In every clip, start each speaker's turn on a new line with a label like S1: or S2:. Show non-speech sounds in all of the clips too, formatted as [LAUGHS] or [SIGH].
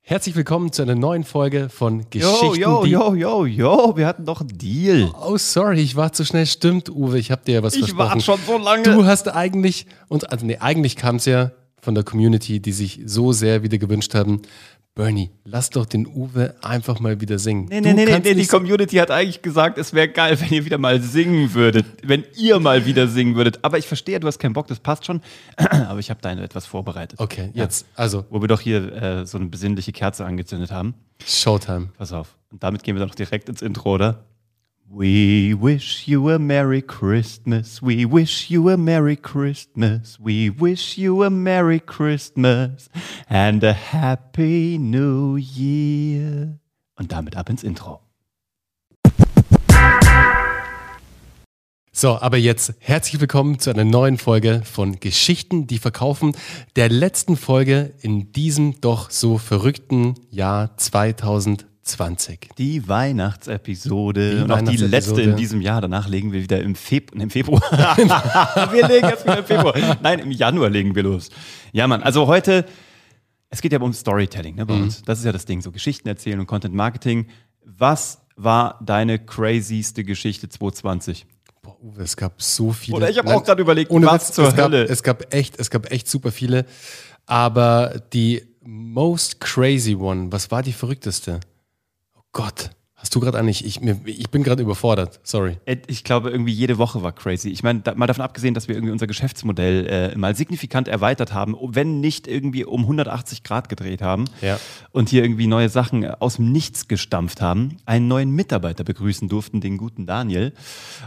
S1: Herzlich willkommen zu einer neuen Folge von
S2: Yo,
S1: Geschichten,
S2: yo,
S1: die...
S2: yo, yo, yo, wir hatten doch einen Deal.
S1: Oh, sorry, ich war zu schnell. Stimmt, Uwe, ich habe dir ja was
S2: Ich
S1: versprochen.
S2: warte schon so lange.
S1: Du hast eigentlich... Und, also nee, eigentlich kam es ja von der Community, die sich so sehr wieder gewünscht haben, Bernie, lass doch den Uwe einfach mal wieder singen.
S2: Nee,
S1: Du
S2: nee, nee, nee,
S1: kannst
S2: nee, die
S1: nicht-
S2: Community hat eigentlich gesagt, es wäre geil, wenn ihr wieder mal singen würdet. Wenn ihr mal wieder singen würdet. Aber ich verstehe, du hast keinen Bock, das passt schon. [CLEARS THROAT] Aber ich habe da etwas vorbereitet.
S1: Okay, jetzt, also,
S2: Wo wir doch hier äh, so eine besinnliche Kerze angezündet haben.
S1: Showtime.
S2: Pass auf. Und damit gehen wir dann noch direkt ins Intro, oder? We wish you a Merry Christmas. We wish you a Merry Christmas. We wish you a Merry Christmas and a Happy New Year. Und damit ab ins Intro.
S1: So, aber jetzt herzlich willkommen zu einer neuen Folge von Geschichten, die verkaufen, der letzten Folge in diesem doch so verrückten Jahr 2020.
S2: Die Weihnachtsepisode
S1: Die
S2: und auch die
S1: Weihnachtsepisode.
S2: letzte in diesem Jahr. Danach legen wir wieder im, Feb nee, im Februar. [LAUGHS] wir legen jetzt wieder im Februar. Nein, im Januar legen wir los. Ja, Mann, also heute, es geht ja um Storytelling ne, bei
S1: Mhm.
S2: uns. Das ist ja das Ding, so Geschichten erzählen und Content Marketing. Was war deine crazyste Geschichte 2020?
S1: Boah, Uwe, es gab so viele.
S2: Oder ich habe
S1: Nein,
S2: auch gerade überlegt,
S1: ohne
S2: was
S1: Witz,
S2: zur
S1: es gab,
S2: Hölle.
S1: Es gab echt, es gab echt super viele. Aber die most crazy one, was war die verrückteste? Oh Gott, hast du gerade eigentlich? Ich, mir, ich bin gerade überfordert. Sorry.
S2: Äh, Ich glaube, irgendwie jede Woche war crazy. Ich meine, da, mal davon abgesehen, dass wir irgendwie unser Geschäftsmodell äh, mal signifikant erweitert haben, wenn nicht irgendwie um 180 Grad gedreht haben
S1: Ja.
S2: und hier irgendwie neue Sachen aus dem Nichts gestampft haben, einen neuen Mitarbeiter begrüßen durften, den guten Daniel,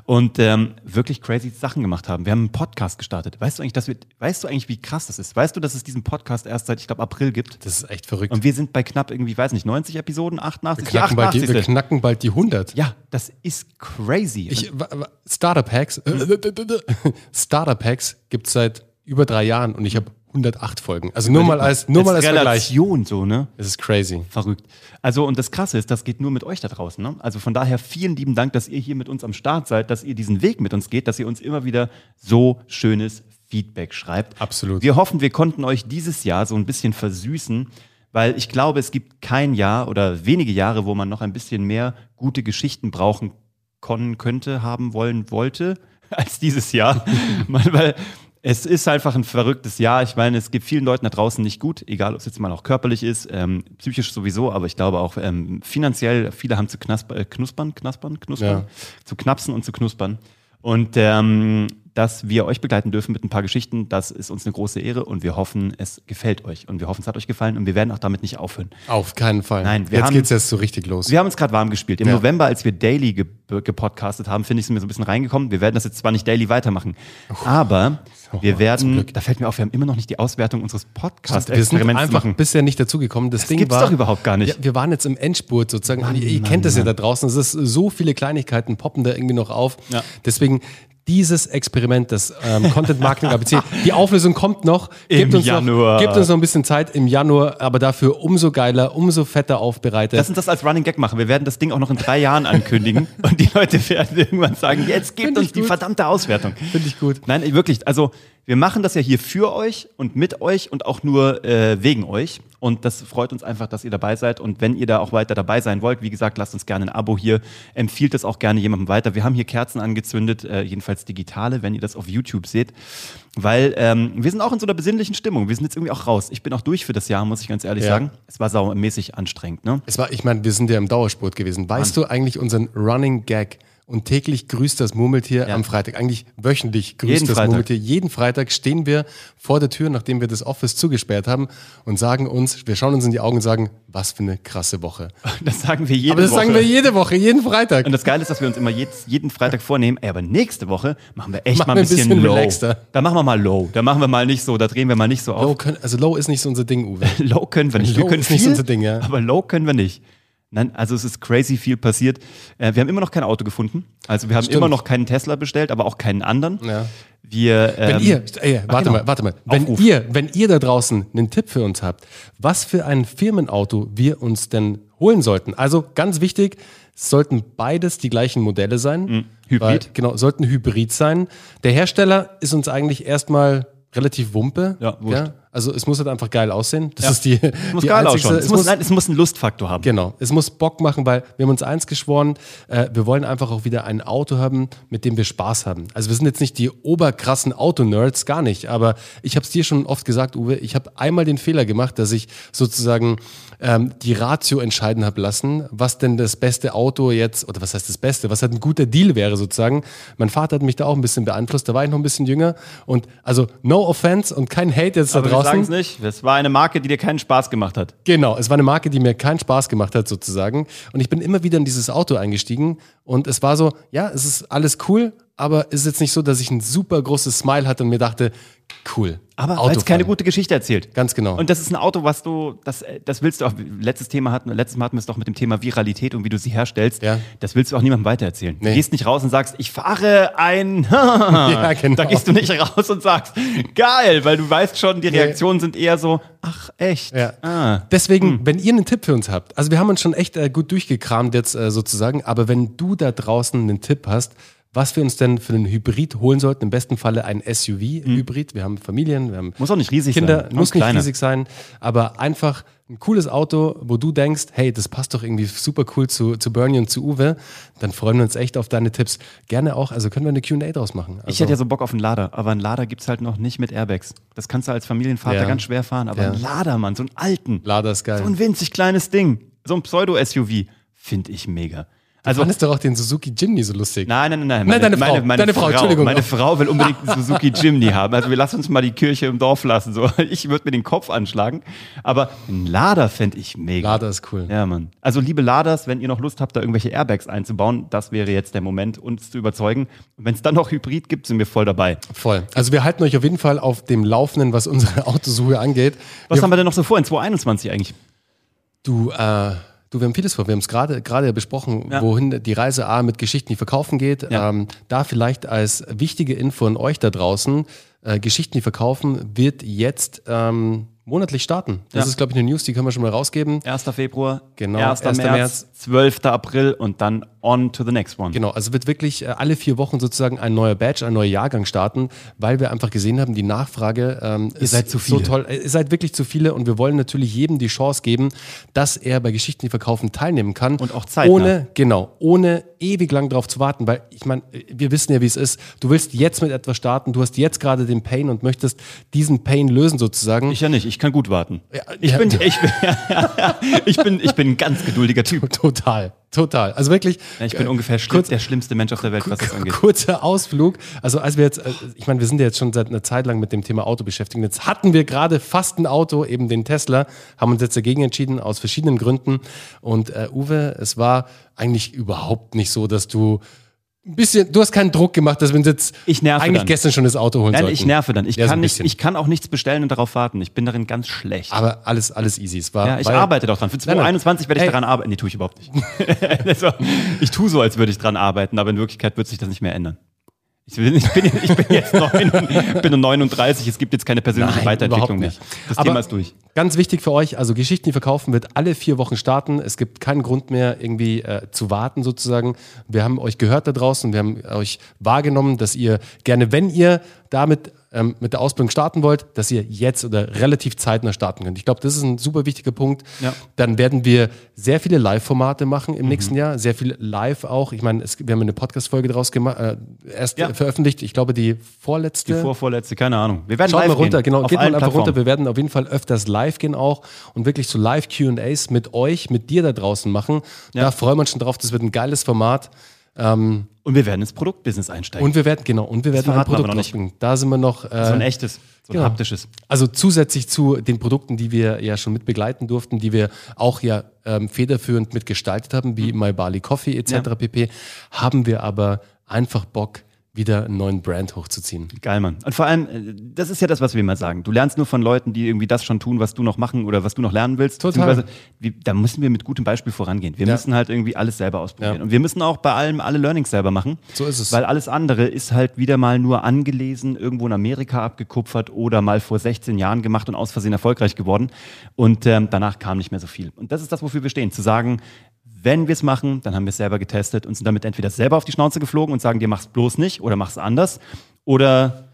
S2: und ähm, wirklich crazy Sachen gemacht haben. Wir haben einen Podcast gestartet. Weißt du eigentlich, dass wir, weißt du eigentlich, wie krass das ist? Weißt du, dass es diesen Podcast erst seit, ich glaube, April gibt?
S1: Das ist echt verrückt.
S2: Und wir sind bei knapp irgendwie, weiß nicht, 90 Episoden, 88,
S1: wir, knacken
S2: die
S1: bald die, wir
S2: 88.
S1: knacken bald die 100.
S2: Ja, das ist crazy.
S1: Ich, wa- wa- Startup Hacks. äh, Startup Hacks gibt es seit über drei Jahren und ich habe 108 Folgen. Also nur mal als, nur mal als Vergleich.
S2: Relation so, ne?
S1: Es ist crazy.
S2: Verrückt. Also, und das Krasse ist, das geht nur mit euch da draußen. Ne? Also von daher vielen lieben Dank, dass ihr hier mit uns am Start seid, dass ihr diesen Weg mit uns geht, dass ihr uns immer wieder so schönes Feedback schreibt.
S1: Absolut.
S2: Wir hoffen, wir konnten euch dieses Jahr so ein bisschen versüßen, weil ich glaube, es gibt kein Jahr oder wenige Jahre, wo man noch ein bisschen mehr gute Geschichten brauchen können könnte, haben wollen wollte, [LAUGHS] als
S1: [LAUGHS]
S2: dieses Jahr. Man, weil es ist einfach ein verrücktes Jahr. Ich meine, es geht vielen Leuten da draußen nicht gut, egal ob es jetzt mal auch körperlich ist, ähm, psychisch sowieso, aber ich glaube auch ähm, finanziell. Viele haben zu knasp äh, knuspern, knaspern, knuspern,
S1: Ja.
S2: zu knapsen und zu knuspern. Und ähm, dass wir euch begleiten dürfen mit ein paar Geschichten, das ist uns eine große Ehre und wir hoffen, es gefällt euch. Und wir hoffen, es hat euch gefallen und wir werden auch damit nicht aufhören.
S1: Auf keinen Fall.
S2: Nein, wir
S1: jetzt
S2: haben-
S1: geht's erst so richtig los.
S2: Wir haben uns gerade warm gespielt. Im
S1: Ja.
S2: November, als wir Daily ge gepodcastet haben, finde ich, sind wir so ein bisschen reingekommen. Wir werden das jetzt zwar nicht Daily weitermachen, aber wir werden, da fällt mir auf, wir haben immer noch nicht die Auswertung unseres
S1: wir sind
S2: Podcast-Experiments
S1: einfach
S2: machen.
S1: bisher nicht dazugekommen. Das, Ding
S2: gibt's
S1: war,
S2: doch überhaupt gar nicht.
S1: Ja, wir waren jetzt im Endspurt sozusagen. Und ihr ihr kennt das ja da draußen. Es ist so viele Kleinigkeiten poppen da irgendwie noch auf.
S2: Ja.
S1: Deswegen dieses Experiment, das ähm, Content Marketing ABC, die Auflösung kommt noch.
S2: Im
S1: uns
S2: Januar.
S1: Noch, gibt uns noch ein bisschen Zeit im Januar, aber dafür umso geiler, umso fetter aufbereitet.
S2: Lass uns das als Running Gag machen. Wir werden das Ding auch noch in drei
S1: [LAUGHS]
S2: Jahren ankündigen und die Leute werden irgendwann sagen, jetzt gebt
S1: Finde ich
S2: uns die
S1: gut.
S2: verdammte Auswertung.
S1: Finde ich gut.
S2: Nein, wirklich. Also wir machen das ja hier für euch und mit euch und auch nur äh, wegen euch. Und das freut uns einfach, dass ihr dabei seid. Und wenn ihr da auch weiter dabei sein wollt, wie gesagt, lasst uns gerne ein Abo hier. Empfiehlt es auch gerne jemandem weiter. Wir haben hier Kerzen angezündet, äh, jedenfalls digitale, wenn ihr das auf YouTube seht. Weil ähm, wir sind auch in so einer besinnlichen Stimmung. Wir sind jetzt irgendwie auch raus. Ich bin auch durch für das Jahr, muss ich ganz ehrlich
S1: Ja.
S2: sagen. Es war saumäßig anstrengend, ne?
S1: Es war, ich meine, wir sind ja im Dauersport gewesen. Weißt du eigentlich unseren Running Gag? Und täglich grüßt das Murmeltier
S2: Ja.
S1: am Freitag. Eigentlich wöchentlich grüßt
S2: Jeden
S1: das
S2: Freitag.
S1: Murmeltier. Jeden Freitag stehen wir vor der Tür, nachdem wir das Office zugesperrt haben und sagen uns, wir schauen uns in die Augen und sagen, was für eine krasse Woche.
S2: Das sagen wir jede
S1: Aber das
S2: Woche.
S1: sagen wir jede Woche, jeden Freitag.
S2: und das Geile ist, dass wir uns immer jetzt, jeden Freitag vornehmen, ey, aber nächste Woche machen wir echt
S1: Machen
S2: mal
S1: wir
S2: ein bisschen, low.
S1: relaxter.
S2: Da machen wir mal low. Da machen wir mal nicht so, da drehen wir mal nicht so auf.
S1: Low können, also low ist nicht so unser Ding, Uwe.
S2: [LAUGHS] Low können wir nicht.
S1: Low
S2: wir können
S1: ist nicht
S2: viel,
S1: unser Ding, ja.
S2: aber low können wir nicht. Nein, also es ist crazy viel passiert. Äh, wir haben immer noch kein Auto gefunden. Also wir haben
S1: Stimmt.
S2: immer noch keinen Tesla bestellt, aber auch keinen anderen.
S1: Ja.
S2: Wir, ähm,
S1: Wenn ihr, ey, warte
S2: genau.
S1: mal, warte mal. Wenn
S2: Aufruf.
S1: ihr, wenn ihr da draußen einen Tipp für uns habt, was für ein Firmenauto wir uns denn holen sollten. Also ganz wichtig, es sollten beides die gleichen Modelle sein.
S2: Mhm. Hybrid.
S1: genau, sollten Hybrid sein. Der Hersteller ist uns eigentlich erstmal relativ Wumpe.
S2: Ja, wurscht.
S1: Also es muss halt einfach geil aussehen. Das ist die.
S2: Es muss
S1: die
S2: geil
S1: einzigste-
S2: ausschauen. Es,
S1: Es
S2: muss,
S1: muss,
S2: nein, es muss einen Lustfaktor haben.
S1: genau. Es muss Bock machen, weil wir haben uns eins geschworen, äh, wir wollen einfach auch wieder ein Auto haben, mit dem wir Spaß haben. Also wir sind jetzt nicht die oberkrassen Autonerds, gar nicht. Aber ich habe es dir schon oft gesagt, Uwe, ich habe einmal den Fehler gemacht, dass ich sozusagen ähm, die Ratio entscheiden habe lassen, was denn das beste Auto jetzt, oder was heißt das Beste, was halt ein guter Deal wäre sozusagen. Mein Vater hat mich da auch ein bisschen beeinflusst, da war ich noch ein bisschen jünger. Und also no offense und kein Hate jetzt da
S2: Aber wir
S1: draußen.
S2: sagen es nicht. Es war eine Marke, die dir keinen Spaß gemacht hat.
S1: Genau, es war eine Marke, die mir keinen Spaß gemacht hat sozusagen. Und ich bin immer wieder in dieses Auto eingestiegen und es war so, ja, es ist alles cool, aber es ist jetzt nicht so, dass ich ein super großes Smile hatte und mir dachte, cool.
S2: Aber
S1: Auto
S2: weil es keine
S1: fahren.
S2: gute Geschichte erzählt.
S1: Ganz genau.
S2: Und das ist ein Auto, was du, das, äh, das willst du auch, letztes Thema hatten, letztes Mal hatten wir es doch mit dem Thema Viralität und wie du sie herstellst.
S1: Ja.
S2: Das willst du auch niemandem weitererzählen. Du
S1: Nee.
S2: gehst nicht raus und sagst, ich fahre ein, [LAUGHS]
S1: [LAUGHS] Ja, genau.
S2: Ah, da gehst du nicht raus und sagst, geil, weil du weißt schon, die Reaktionen sind eher so, ach echt,
S1: Ja.
S2: ah.
S1: Deswegen, wenn ihr einen Tipp für uns habt, also wir haben uns schon echt äh, gut durchgekramt jetzt äh, sozusagen, aber wenn du da draußen einen Tipp hast, was wir uns denn für einen Hybrid holen sollten, im besten Falle ein SUV-Hybrid, wir haben Familien, wir haben
S2: Hm. muss auch nicht riesig
S1: Kinder,
S2: sein.
S1: muss
S2: Auch
S1: nicht
S2: kleiner.
S1: riesig sein, aber einfach ein cooles Auto, wo du denkst, hey, das passt doch irgendwie super cool zu, zu Bernie und zu Uwe, dann freuen wir uns echt auf deine Tipps. Gerne auch, also können wir eine Q&A draus machen. Also,
S2: Ich hätte ja so Bock auf einen Lader, aber einen Lader gibt's halt noch nicht mit Airbags. Das kannst du als Familienvater
S1: Ja.
S2: ganz schwer fahren, aber
S1: Ja.
S2: einen Lader, Mann, so einen alten.
S1: Also, Lada ist geil.
S2: So ein winzig kleines Ding. So ein Pseudo-SUV. Finde ich mega. Also,
S1: du fandest doch auch den Suzuki Jimny so lustig.
S2: nein, nein, nein, nein.
S1: Nein, deine Frau. Deine Frau, Entschuldigung.
S2: Meine Frau will unbedingt
S1: [LAUGHS]
S2: einen Suzuki Jimny haben. Also, wir lassen uns mal die Kirche im Dorf lassen. So, [LAUGHS] ich würde mir den Kopf anschlagen. Aber ein Lader fände ich mega.
S1: Lada ist cool.
S2: Ja, Mann. Also, liebe Laders, wenn ihr noch Lust habt, da irgendwelche Airbags einzubauen, das wäre jetzt der Moment, uns zu überzeugen. Und wenn es dann noch Hybrid gibt, sind wir voll dabei.
S1: Voll. Also wir halten euch auf jeden Fall auf dem Laufenden, was unsere [LAUGHS] Autosuche angeht.
S2: Was
S1: wir,
S2: haben wir denn noch so vor in 2021 eigentlich?
S1: du, äh, du, wir haben vieles vor. Wir haben es gerade gerade ja besprochen,
S2: Ja.
S1: wohin die Reise A mit Geschichten, die verkaufen geht.
S2: Ja.
S1: Ähm, da vielleicht als wichtige Info an euch da draußen, äh, Geschichten, die verkaufen, wird jetzt ähm, monatlich starten. Das
S2: Ja.
S1: ist, glaube ich, eine News, die können wir schon mal rausgeben.
S2: 1. Februar,
S1: Genau,
S2: 1.
S1: 1.
S2: März,
S1: März.
S2: 12. April und dann on to the next one.
S1: Genau, also wird wirklich äh, alle vier Wochen sozusagen ein neuer Badge, ein neuer Jahrgang starten, weil wir einfach gesehen haben, die Nachfrage ähm, ist
S2: seid zu
S1: so
S2: viele.
S1: toll. Äh, Ihr seid wirklich zu viele und wir wollen natürlich jedem die Chance geben, dass er bei Geschichten, die verkaufen, teilnehmen kann.
S2: Und auch zeitnah.
S1: Ohne, genau, ohne ewig lang drauf zu warten, weil ich meine, äh, wir wissen ja, wie es ist. Du willst jetzt mit etwas starten, du hast jetzt gerade den Pain und möchtest diesen Pain lösen sozusagen.
S2: Ich ja nicht, ich kann gut warten. ich,
S1: ja,
S2: bin,
S1: du-
S2: ich, bin, ich, bin, [LAUGHS] ich bin ein ganz geduldiger Typ.
S1: [LAUGHS] Total, total. Also wirklich.
S2: Ich bin ungefähr schlimm, der schlimmste Mensch auf der Welt, was das angeht.
S1: Kurzer Ausflug. Also als wir jetzt, äh, ich meine, wir sind ja jetzt schon seit einer Zeit lang mit dem Thema Auto beschäftigt. Jetzt hatten wir gerade fast ein Auto, eben den Tesla, haben uns jetzt dagegen entschieden, aus verschiedenen Gründen. Und äh, Uwe, es war eigentlich überhaupt nicht so, dass du ein bisschen, du hast keinen Druck gemacht, dass wir uns jetzt
S2: Ich nerve
S1: eigentlich
S2: dann.
S1: gestern schon das Auto holen
S2: Nein,
S1: sollten.
S2: ich nerve dann. Ich,
S1: Ja, so
S2: kann
S1: ein
S2: nicht,
S1: bisschen.
S2: ich kann auch nichts bestellen und darauf warten. Ich bin darin ganz schlecht.
S1: Aber alles, alles easy. Es war,
S2: ja, ich
S1: war
S2: arbeite doch dran. Für
S1: Nein, nein.
S2: 2021 werde ich
S1: Ey.
S2: daran arbeiten. Nee, tue ich überhaupt nicht. [LAUGHS] also, ich tue so, als würde ich dran arbeiten, aber in Wirklichkeit wird sich das nicht mehr ändern. Ich bin, ich bin, ich bin jetzt 9, und- [LAUGHS] bin nur 39, es gibt jetzt keine persönliche
S1: Nein,
S2: Weiterentwicklung
S1: überhaupt
S2: mehr.
S1: nicht.
S2: Das
S1: Aber
S2: Thema ist durch.
S1: Ganz wichtig für euch, also Geschichten, die verkaufen, wird alle vier Wochen starten. Es gibt keinen Grund mehr, irgendwie äh, zu warten sozusagen. Wir haben euch gehört da draußen, wir haben euch wahrgenommen, dass ihr gerne, wenn ihr damit ähm, mit der Ausbildung starten wollt, dass ihr jetzt oder relativ zeitnah starten könnt. Ich glaube, das ist ein super wichtiger Punkt.
S2: Ja. Mhm.
S1: Dann werden wir sehr viele Live-Formate machen im nächsten Jahr, sehr viel live auch. Ich meine, es- wir haben eine Podcast-Folge daraus gemacht, äh, erst
S2: Ja.
S1: veröffentlicht, ich glaube, die vorletzte.
S2: Die vorvorletzte, keine Ahnung. Wir werden
S1: Schaut
S2: live
S1: mal äh, runter,
S2: gehen,
S1: genau.
S2: auf
S1: Geht mal
S2: allen
S1: einfach runter.
S2: Plattformen.
S1: Wir werden auf jeden Fall öfters live gehen auch und wirklich so live QAs mit euch, mit dir da draußen machen. Da freuen wir uns schon drauf. Das wird ein geiles Format.
S2: Und wir werden ins Produktbusiness einsteigen.
S1: Und wir werden, genau, und wir werden ein
S2: verraten wir aber
S1: Produkt
S2: noch nicht.
S1: rausbringen. Da sind wir noch. Äh,
S2: so ein echtes, so ein
S1: genau.
S2: haptisches.
S1: Also zusätzlich zu den Produkten, die wir ja schon mit begleiten durften, die wir auch ja ähm, federführend mitgestaltet haben, wie My Bali Coffee etc.
S2: Mhm. Ja.
S1: pp, haben wir aber einfach Bock, wieder einen neuen Brand hochzuziehen.
S2: Geil, Mann. Und vor allem, äh, das ist ja das, was wir immer sagen. Du lernst nur von Leuten, die irgendwie das schon tun, was du noch machen oder was du noch lernen willst.
S1: Total.
S2: Beziehungsweise, wie, da müssen wir mit gutem Beispiel vorangehen. Wir
S1: Ja.
S2: müssen halt irgendwie alles selber ausprobieren.
S1: Ja.
S2: Und wir müssen auch bei allem alle Learnings selber machen.
S1: So ist es.
S2: Weil alles andere ist halt wieder mal nur angelesen, irgendwo in Amerika abgekupfert oder mal vor 16 Jahren gemacht und aus Versehen erfolgreich geworden. Und ähm, danach kam nicht mehr so viel. Und das ist das, wofür wir stehen. Zu sagen, wenn wir es machen, dann haben wir es selber getestet und sind damit entweder selber auf die Schnauze geflogen und sagen, dir mach's bloß nicht oder mach's anders. Oder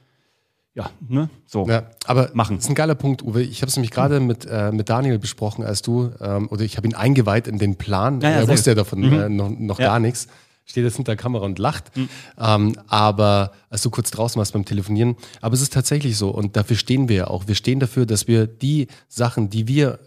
S2: ja, ne? So.
S1: Ja, aber
S2: Machen. Hm.
S1: Das ist ein geiler Punkt, Uwe. Ich habe es nämlich gerade mit, äh, mit Daniel besprochen, als du, ähm, oder ich habe ihn eingeweiht in den Plan.
S2: Ja, ja,
S1: er
S2: sehr
S1: wusste ja
S2: gut.
S1: davon äh, noch, noch
S2: Mhm. Ja. Mhm.
S1: gar nichts. Steht jetzt hinter der Kamera und lacht. Ähm, aber als du kurz draußen warst beim Telefonieren. Aber es ist tatsächlich so und dafür stehen wir ja auch. Wir stehen dafür, dass wir die Sachen, die wir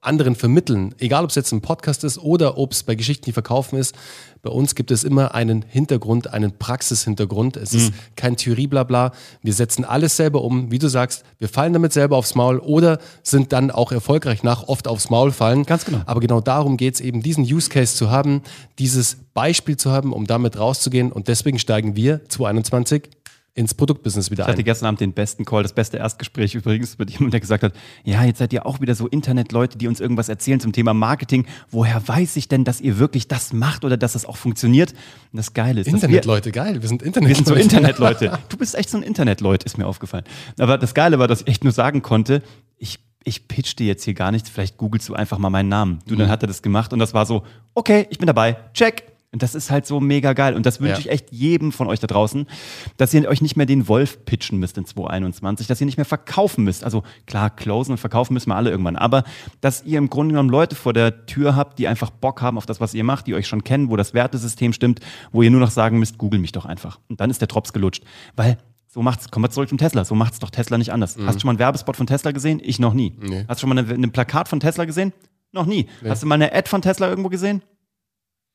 S1: anderen vermitteln, egal ob es jetzt ein Podcast ist oder ob es bei Geschichten, die verkaufen ist, bei uns gibt es immer einen Hintergrund, einen Praxishintergrund. Es ist
S2: Mhm.
S1: kein Theorie-Blabla. Wir setzen alles selber um. Wie du sagst, wir fallen damit selber aufs Maul oder sind dann auch erfolgreich nach oft aufs Maul fallen.
S2: Ganz genau.
S1: Aber genau darum geht es eben, diesen Use Case zu haben, dieses Beispiel zu haben, um damit rauszugehen. Und deswegen steigen wir 2021 ins Produktbusiness wieder
S2: Ich hatte
S1: ein.
S2: gestern Abend den besten Call, das beste Erstgespräch übrigens mit jemandem, der gesagt hat, ja, jetzt seid ihr auch wieder so Internetleute, die uns irgendwas erzählen zum Thema Marketing. Woher weiß ich denn, dass ihr wirklich das macht oder dass das auch funktioniert? Und das Geile ist, dass wir-
S1: Internetleute, geil. Wir sind Internetleute.
S2: Wir sind so Internetleute. Du bist echt so ein Internetleut, ist mir aufgefallen. Aber das Geile war, dass ich echt nur sagen konnte, ich, ich pitch dir jetzt hier gar nichts, vielleicht googelst du einfach mal meinen Namen. Du,
S1: Mhm.
S2: dann hat er das gemacht und das war so, okay, ich bin dabei, check. Und das ist halt so mega geil. Und das wünsche
S1: Ja.
S2: ich echt jedem von euch da draußen, dass ihr euch nicht mehr den Wolf pitchen müsst in 2021, dass ihr nicht mehr verkaufen müsst. Also klar, closen und verkaufen müssen wir alle irgendwann. Aber dass ihr im Grunde genommen Leute vor der Tür habt, die einfach Bock haben auf das, was ihr macht, die euch schon kennen, wo das Wertesystem stimmt, wo ihr nur noch sagen müsst, google mich doch einfach. Und dann ist der Drops gelutscht. Weil so macht's, kommen wir zurück zum Tesla, so macht's doch Tesla nicht anders. Hast du schon mal einen Werbespot von Tesla gesehen? Ich noch nie.
S1: Mhm. Nee.
S2: Hast du schon mal eine- ein Plakat von Tesla gesehen? Noch nie.
S1: Nee.
S2: Hast du mal eine Ad von Tesla irgendwo gesehen?
S1: [LAUGHS]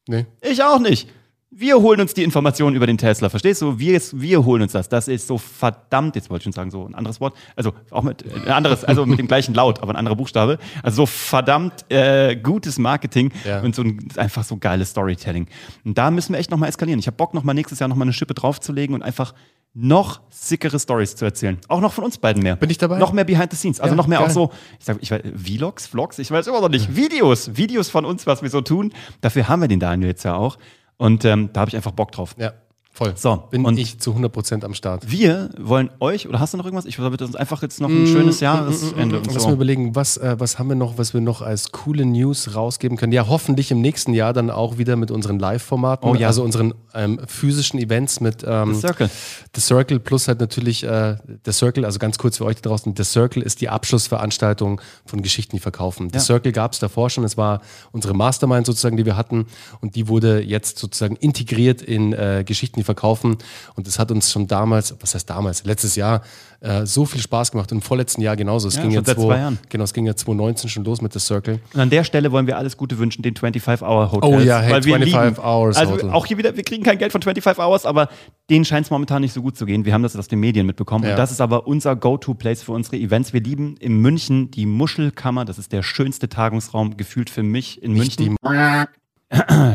S1: Nee.
S2: Ich auch nicht. Wir holen uns die Informationen über den Tesla, verstehst du? Wir, wir holen uns das. Das ist so verdammt, jetzt wollte ich schon sagen, so ein anderes Wort. Also auch mit ein anderes, also mit dem gleichen Laut, aber ein anderer Buchstabe. Also so verdammt äh, gutes Marketing
S1: Ja.
S2: und so ein, einfach so geiles Storytelling. Und da müssen wir echt nochmal eskalieren. Ich habe Bock, nochmal nächstes Jahr nochmal eine Schippe draufzulegen und einfach noch sickere Stories zu erzählen. Auch noch von uns beiden mehr.
S1: Bin ich dabei?
S2: Noch mehr Behind the Scenes. Also
S1: Ja,
S2: noch mehr auch
S1: geil.
S2: so, ich sag, ich weiß, Vlogs, Vlogs, ich weiß immer noch nicht. Videos, Videos von uns, was wir so tun. Dafür haben wir den Daniel jetzt ja auch. Und ähm, da habe ich einfach Bock drauf.
S1: Ja, voll.
S2: So,
S1: bin
S2: und-
S1: ich zu 100% am Start.
S2: Wir wollen euch, oder hast du noch irgendwas? Ich würde uns einfach jetzt noch
S1: Mm,
S2: ein schönes Jahresende und
S1: Lass mal
S2: so.
S1: überlegen, was, äh, was haben wir noch, was wir noch als coole News rausgeben können. Ja, hoffentlich im nächsten Jahr dann auch wieder mit unseren Live-Formaten,
S2: Oh ja.
S1: also unseren ähm, physischen Events mit ähm,
S2: The Circle.
S1: The Circle plus halt natürlich äh, The Circle, also ganz kurz für euch da draußen, The Circle ist die Abschlussveranstaltung von Geschichten, die verkaufen. The
S2: Ja.
S1: Circle gab es davor schon, es war unsere Mastermind sozusagen, die wir hatten und die wurde jetzt sozusagen integriert in äh, Geschichten, die verkaufen und das hat uns schon damals, was heißt damals, letztes Jahr äh, so viel Spaß gemacht und im vorletzten Jahr genauso. Es
S2: Ja,
S1: ging
S2: schon
S1: ja
S2: seit
S1: zwei-
S2: zwei Jahren.
S1: Genau, es ging ja 2019 schon los mit The Circle.
S2: Und an der Stelle wollen wir alles Gute wünschen, den 25-Hour-Hotels.
S1: Oh ja, hey,
S2: weil wir
S1: 25
S2: lieben.
S1: Hours
S2: Also
S1: Hotel.
S2: auch hier wieder, wir kriegen kein Geld von 25 Hours, aber denen scheint es momentan nicht so gut zu gehen. Wir haben das aus den Medien mitbekommen.
S1: Ja.
S2: Und das ist aber unser Go-To-Place für unsere Events. Wir lieben in München die Muschelkammer. Das ist der schönste Tagungsraum, gefühlt für mich in
S1: Nicht
S2: München.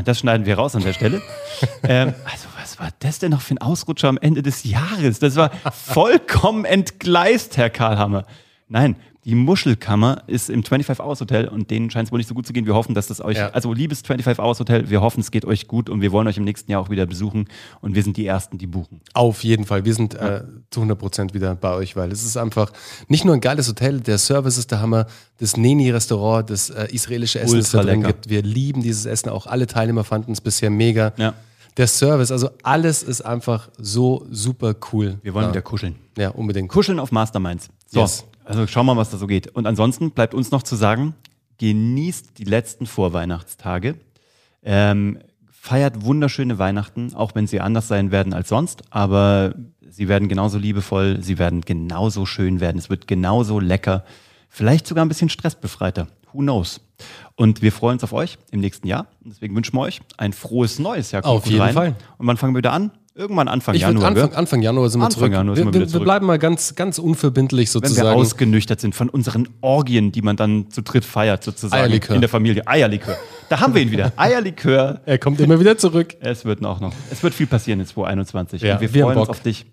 S2: Das schneiden wir raus an der [LAUGHS] Stelle. ähm, also, was war das denn noch für ein Ausrutscher am Ende des Jahres? Das war vollkommen entgleist, Herr Karlhammer. Nein, die Muschelkammer ist im 25 Hours Hotel und denen scheint es wohl nicht so gut zu gehen. Wir hoffen, dass das euch,
S1: Ja.
S2: also liebes 25 Hours Hotel, wir hoffen, es geht euch gut und wir wollen euch im nächsten Jahr auch wieder besuchen und wir sind die Ersten, die buchen.
S1: Auf jeden Fall. Wir sind äh, zu 100% wieder bei euch, weil es ist einfach nicht nur ein geiles Hotel, der Service ist der Hammer, das Neni-Restaurant, das äh, israelische Essen, das da
S2: Ultra
S1: drin
S2: lecker.
S1: gibt. Wir lieben dieses Essen, auch alle Teilnehmer fanden es bisher mega.
S2: Ja.
S1: Der Service, also alles ist einfach so super cool.
S2: Wir wollen
S1: ja.
S2: wieder kuscheln.
S1: Ja, unbedingt.
S2: Kuscheln auf Masterminds. So,
S1: Yes.
S2: also schauen wir mal, was da so geht. Und ansonsten bleibt uns noch zu sagen, genießt die letzten Vorweihnachtstage. Ähm, feiert wunderschöne Weihnachten, auch wenn sie anders sein werden als sonst, aber sie werden genauso liebevoll, sie werden genauso schön werden, es wird genauso lecker, vielleicht sogar ein bisschen stressbefreiter. Who knows? Und wir freuen uns auf euch im nächsten Jahr. Und Deswegen wünschen wir euch ein frohes neues Jahr. Kommt
S1: Auf
S2: gut
S1: jeden Fall.
S2: Und wann fangen wir wieder an? Irgendwann Anfang
S1: Ich würde
S2: Januar. gell?
S1: Anfang, Anfang Januar sind wir
S2: Anfang
S1: zurück.
S2: Januar sind
S1: wir,
S2: wir wieder
S1: wir, wir
S2: zurück.
S1: bleiben mal ganz, ganz unverbindlich
S2: Wenn wir
S1: sozusagen.
S2: ausgenüchtert sind von unseren Orgien, die man dann zu dritt feiert, sozusagen.
S1: Eierlikör.
S2: In der Familie. Eierlikör. Da haben wir ihn wieder. Eierlikör.
S1: Er kommt immer wieder zurück.
S2: Es wird auch noch. Es wird viel passieren in 2021.
S1: Ja,
S2: Und wir,
S1: wir haben
S2: freuen uns
S1: Bock.
S2: auf dich.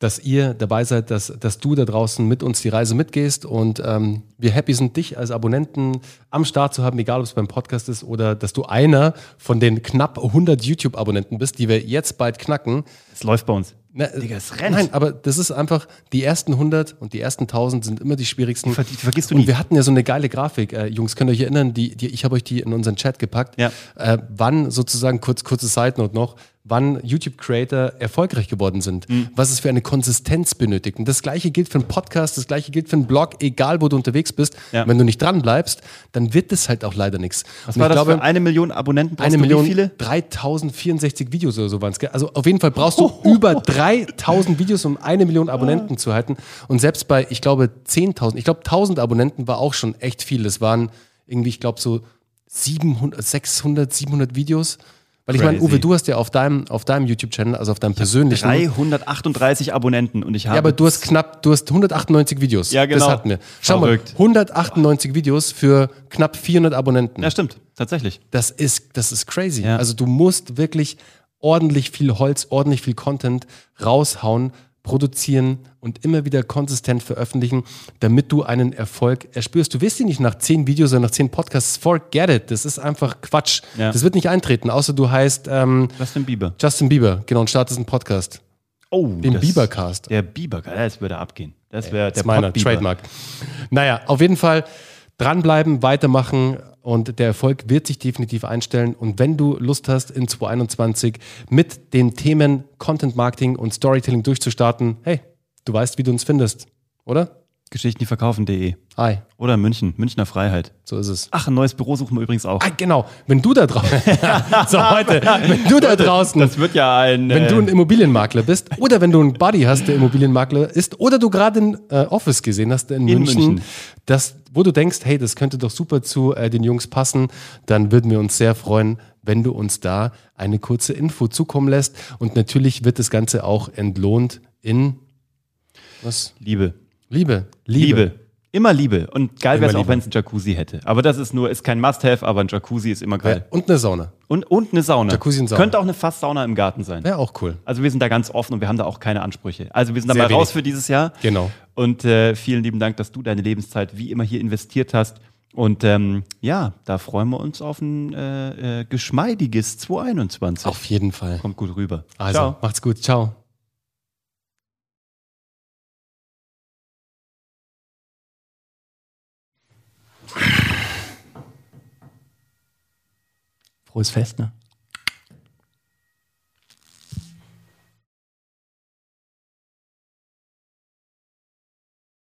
S1: dass ihr dabei seid, dass, dass du da draußen mit uns die Reise mitgehst und ähm, wir happy sind, dich als Abonnenten am Start zu haben, egal ob es beim Podcast ist oder dass du einer von den knapp 100 YouTube-Abonnenten bist, die wir jetzt bald knacken.
S2: Es läuft bei uns.
S1: Ne,
S2: Digga, es rennt.
S1: Nein, aber das ist einfach, die ersten 100 und die ersten 1000 sind immer die schwierigsten.
S2: Die ver- die vergisst du
S1: und
S2: nie.
S1: wir hatten ja so eine geile Grafik. Äh, Jungs, könnt ihr euch erinnern, die, die, ich habe euch die in unseren Chat gepackt.
S2: Ja.
S1: Äh, wann sozusagen, kurz, kurze Side-Note noch, wann YouTube-Creator erfolgreich geworden sind,
S2: Mhm.
S1: was es für eine Konsistenz benötigt. Und das gleiche gilt für einen Podcast, das gleiche gilt für einen Blog, egal wo du unterwegs bist.
S2: Ja.
S1: Wenn du nicht dran bleibst, dann wird es halt auch leider nichts.
S2: Was war das für eine Million Abonnenten? Brauchst
S1: Eine
S2: du
S1: Million,
S2: Wie viele?
S1: 3064 Videos oder so waren es. Also auf jeden Fall brauchst
S2: [LAUGHS]
S1: du über 3000 Videos, um eine Million
S2: Ah.
S1: Abonnenten zu halten. Und selbst bei, ich glaube, 10.000, ich glaube, 1000 Abonnenten war auch schon echt viel. Das waren irgendwie, ich glaube, so 700, 600, 700 Videos. Weil ich meine,
S2: Crazy.
S1: Uwe, du hast ja auf deinem, auf deinem YouTube-Channel, also auf deinem persönlichen.
S2: 338 Abonnenten und ich habe
S1: Ja, aber du hast knapp, du hast 198 Videos.
S2: Ja, genau.
S1: Das hatten wir. Schau
S2: Verrückt.
S1: mal, 198 Videos für knapp 400 Abonnenten.
S2: Ja, stimmt, tatsächlich.
S1: Das ist, das ist crazy.
S2: Ja.
S1: Also du musst wirklich ordentlich viel Holz, ordentlich viel Content raushauen, produzieren und immer wieder konsistent veröffentlichen, damit du einen Erfolg erspürst. Du wirst ihn nicht nach zehn Videos oder nach zehn Podcasts, forget it. Das ist einfach Quatsch.
S2: Ja.
S1: Das wird nicht eintreten, außer du heißt ähm,
S2: Justin Bieber.
S1: Justin Bieber, genau, und startest einen Podcast.
S2: Oh,
S1: Den Biebercast.
S2: Der Bieber, das würde abgehen. Das wäre
S1: Das
S2: der
S1: ist meiner,
S2: Pott-Bieber.
S1: Trademark. Naja, auf jeden Fall dranbleiben, weitermachen und der Erfolg wird sich definitiv einstellen. Und wenn du Lust hast, in 2021 mit den Themen Content Marketing und Storytelling durchzustarten, hey, du weißt, wie du uns findest, oder?
S2: Geschichten, die verkaufen.de.
S1: Hi,
S2: Oder München, Münchner Freiheit.
S1: so ist es.
S2: Ach, ein neues Büro suchen wir übrigens auch.
S1: Ah, genau, wenn du da draußen, so Also heute, [LAUGHS]
S2: [LAUGHS]
S1: wenn du da draußen
S2: Das wird ja ein.
S1: Wenn
S2: äh,
S1: du ein Immobilienmakler bist oder wenn du einen Buddy hast, der Immobilienmakler ist oder du gerade ein äh, Office gesehen hast in,
S2: In
S1: München,
S2: München.
S1: Das, wo du denkst, hey, das könnte doch super zu äh, den Jungs passen, dann würden wir uns sehr freuen, wenn du uns da eine kurze Info zukommen lässt. Und natürlich wird das Ganze auch entlohnt in was?
S2: Liebe.
S1: Liebe.
S2: Liebe. Immer Liebe. Und geil wäre es
S1: Immer
S2: auch,
S1: Liebe.
S2: wenn es einen Jacuzzi hätte. Aber das ist nur, ist kein Must-Have, aber ein Jacuzzi ist immer
S1: Ja,
S2: geil.
S1: und eine Sauna.
S2: Und, und eine Sauna.
S1: Jacuzzi und Sauna.
S2: Könnte auch eine Fasssauna im Garten sein.
S1: Wäre auch cool.
S2: Also wir sind da ganz offen und wir haben da auch keine Ansprüche. Also wir sind da
S1: Sehr
S2: mal raus
S1: wenig.
S2: für dieses Jahr.
S1: Genau.
S2: Und äh, vielen lieben Dank, dass du deine Lebenszeit wie immer hier investiert hast. Und ähm, ja, da freuen wir uns auf ein äh, äh, geschmeidiges 2021.
S1: Auf jeden Fall.
S2: Kommt gut rüber.
S1: Also, macht's gut. Ciao.
S2: Frohes Fest, ne?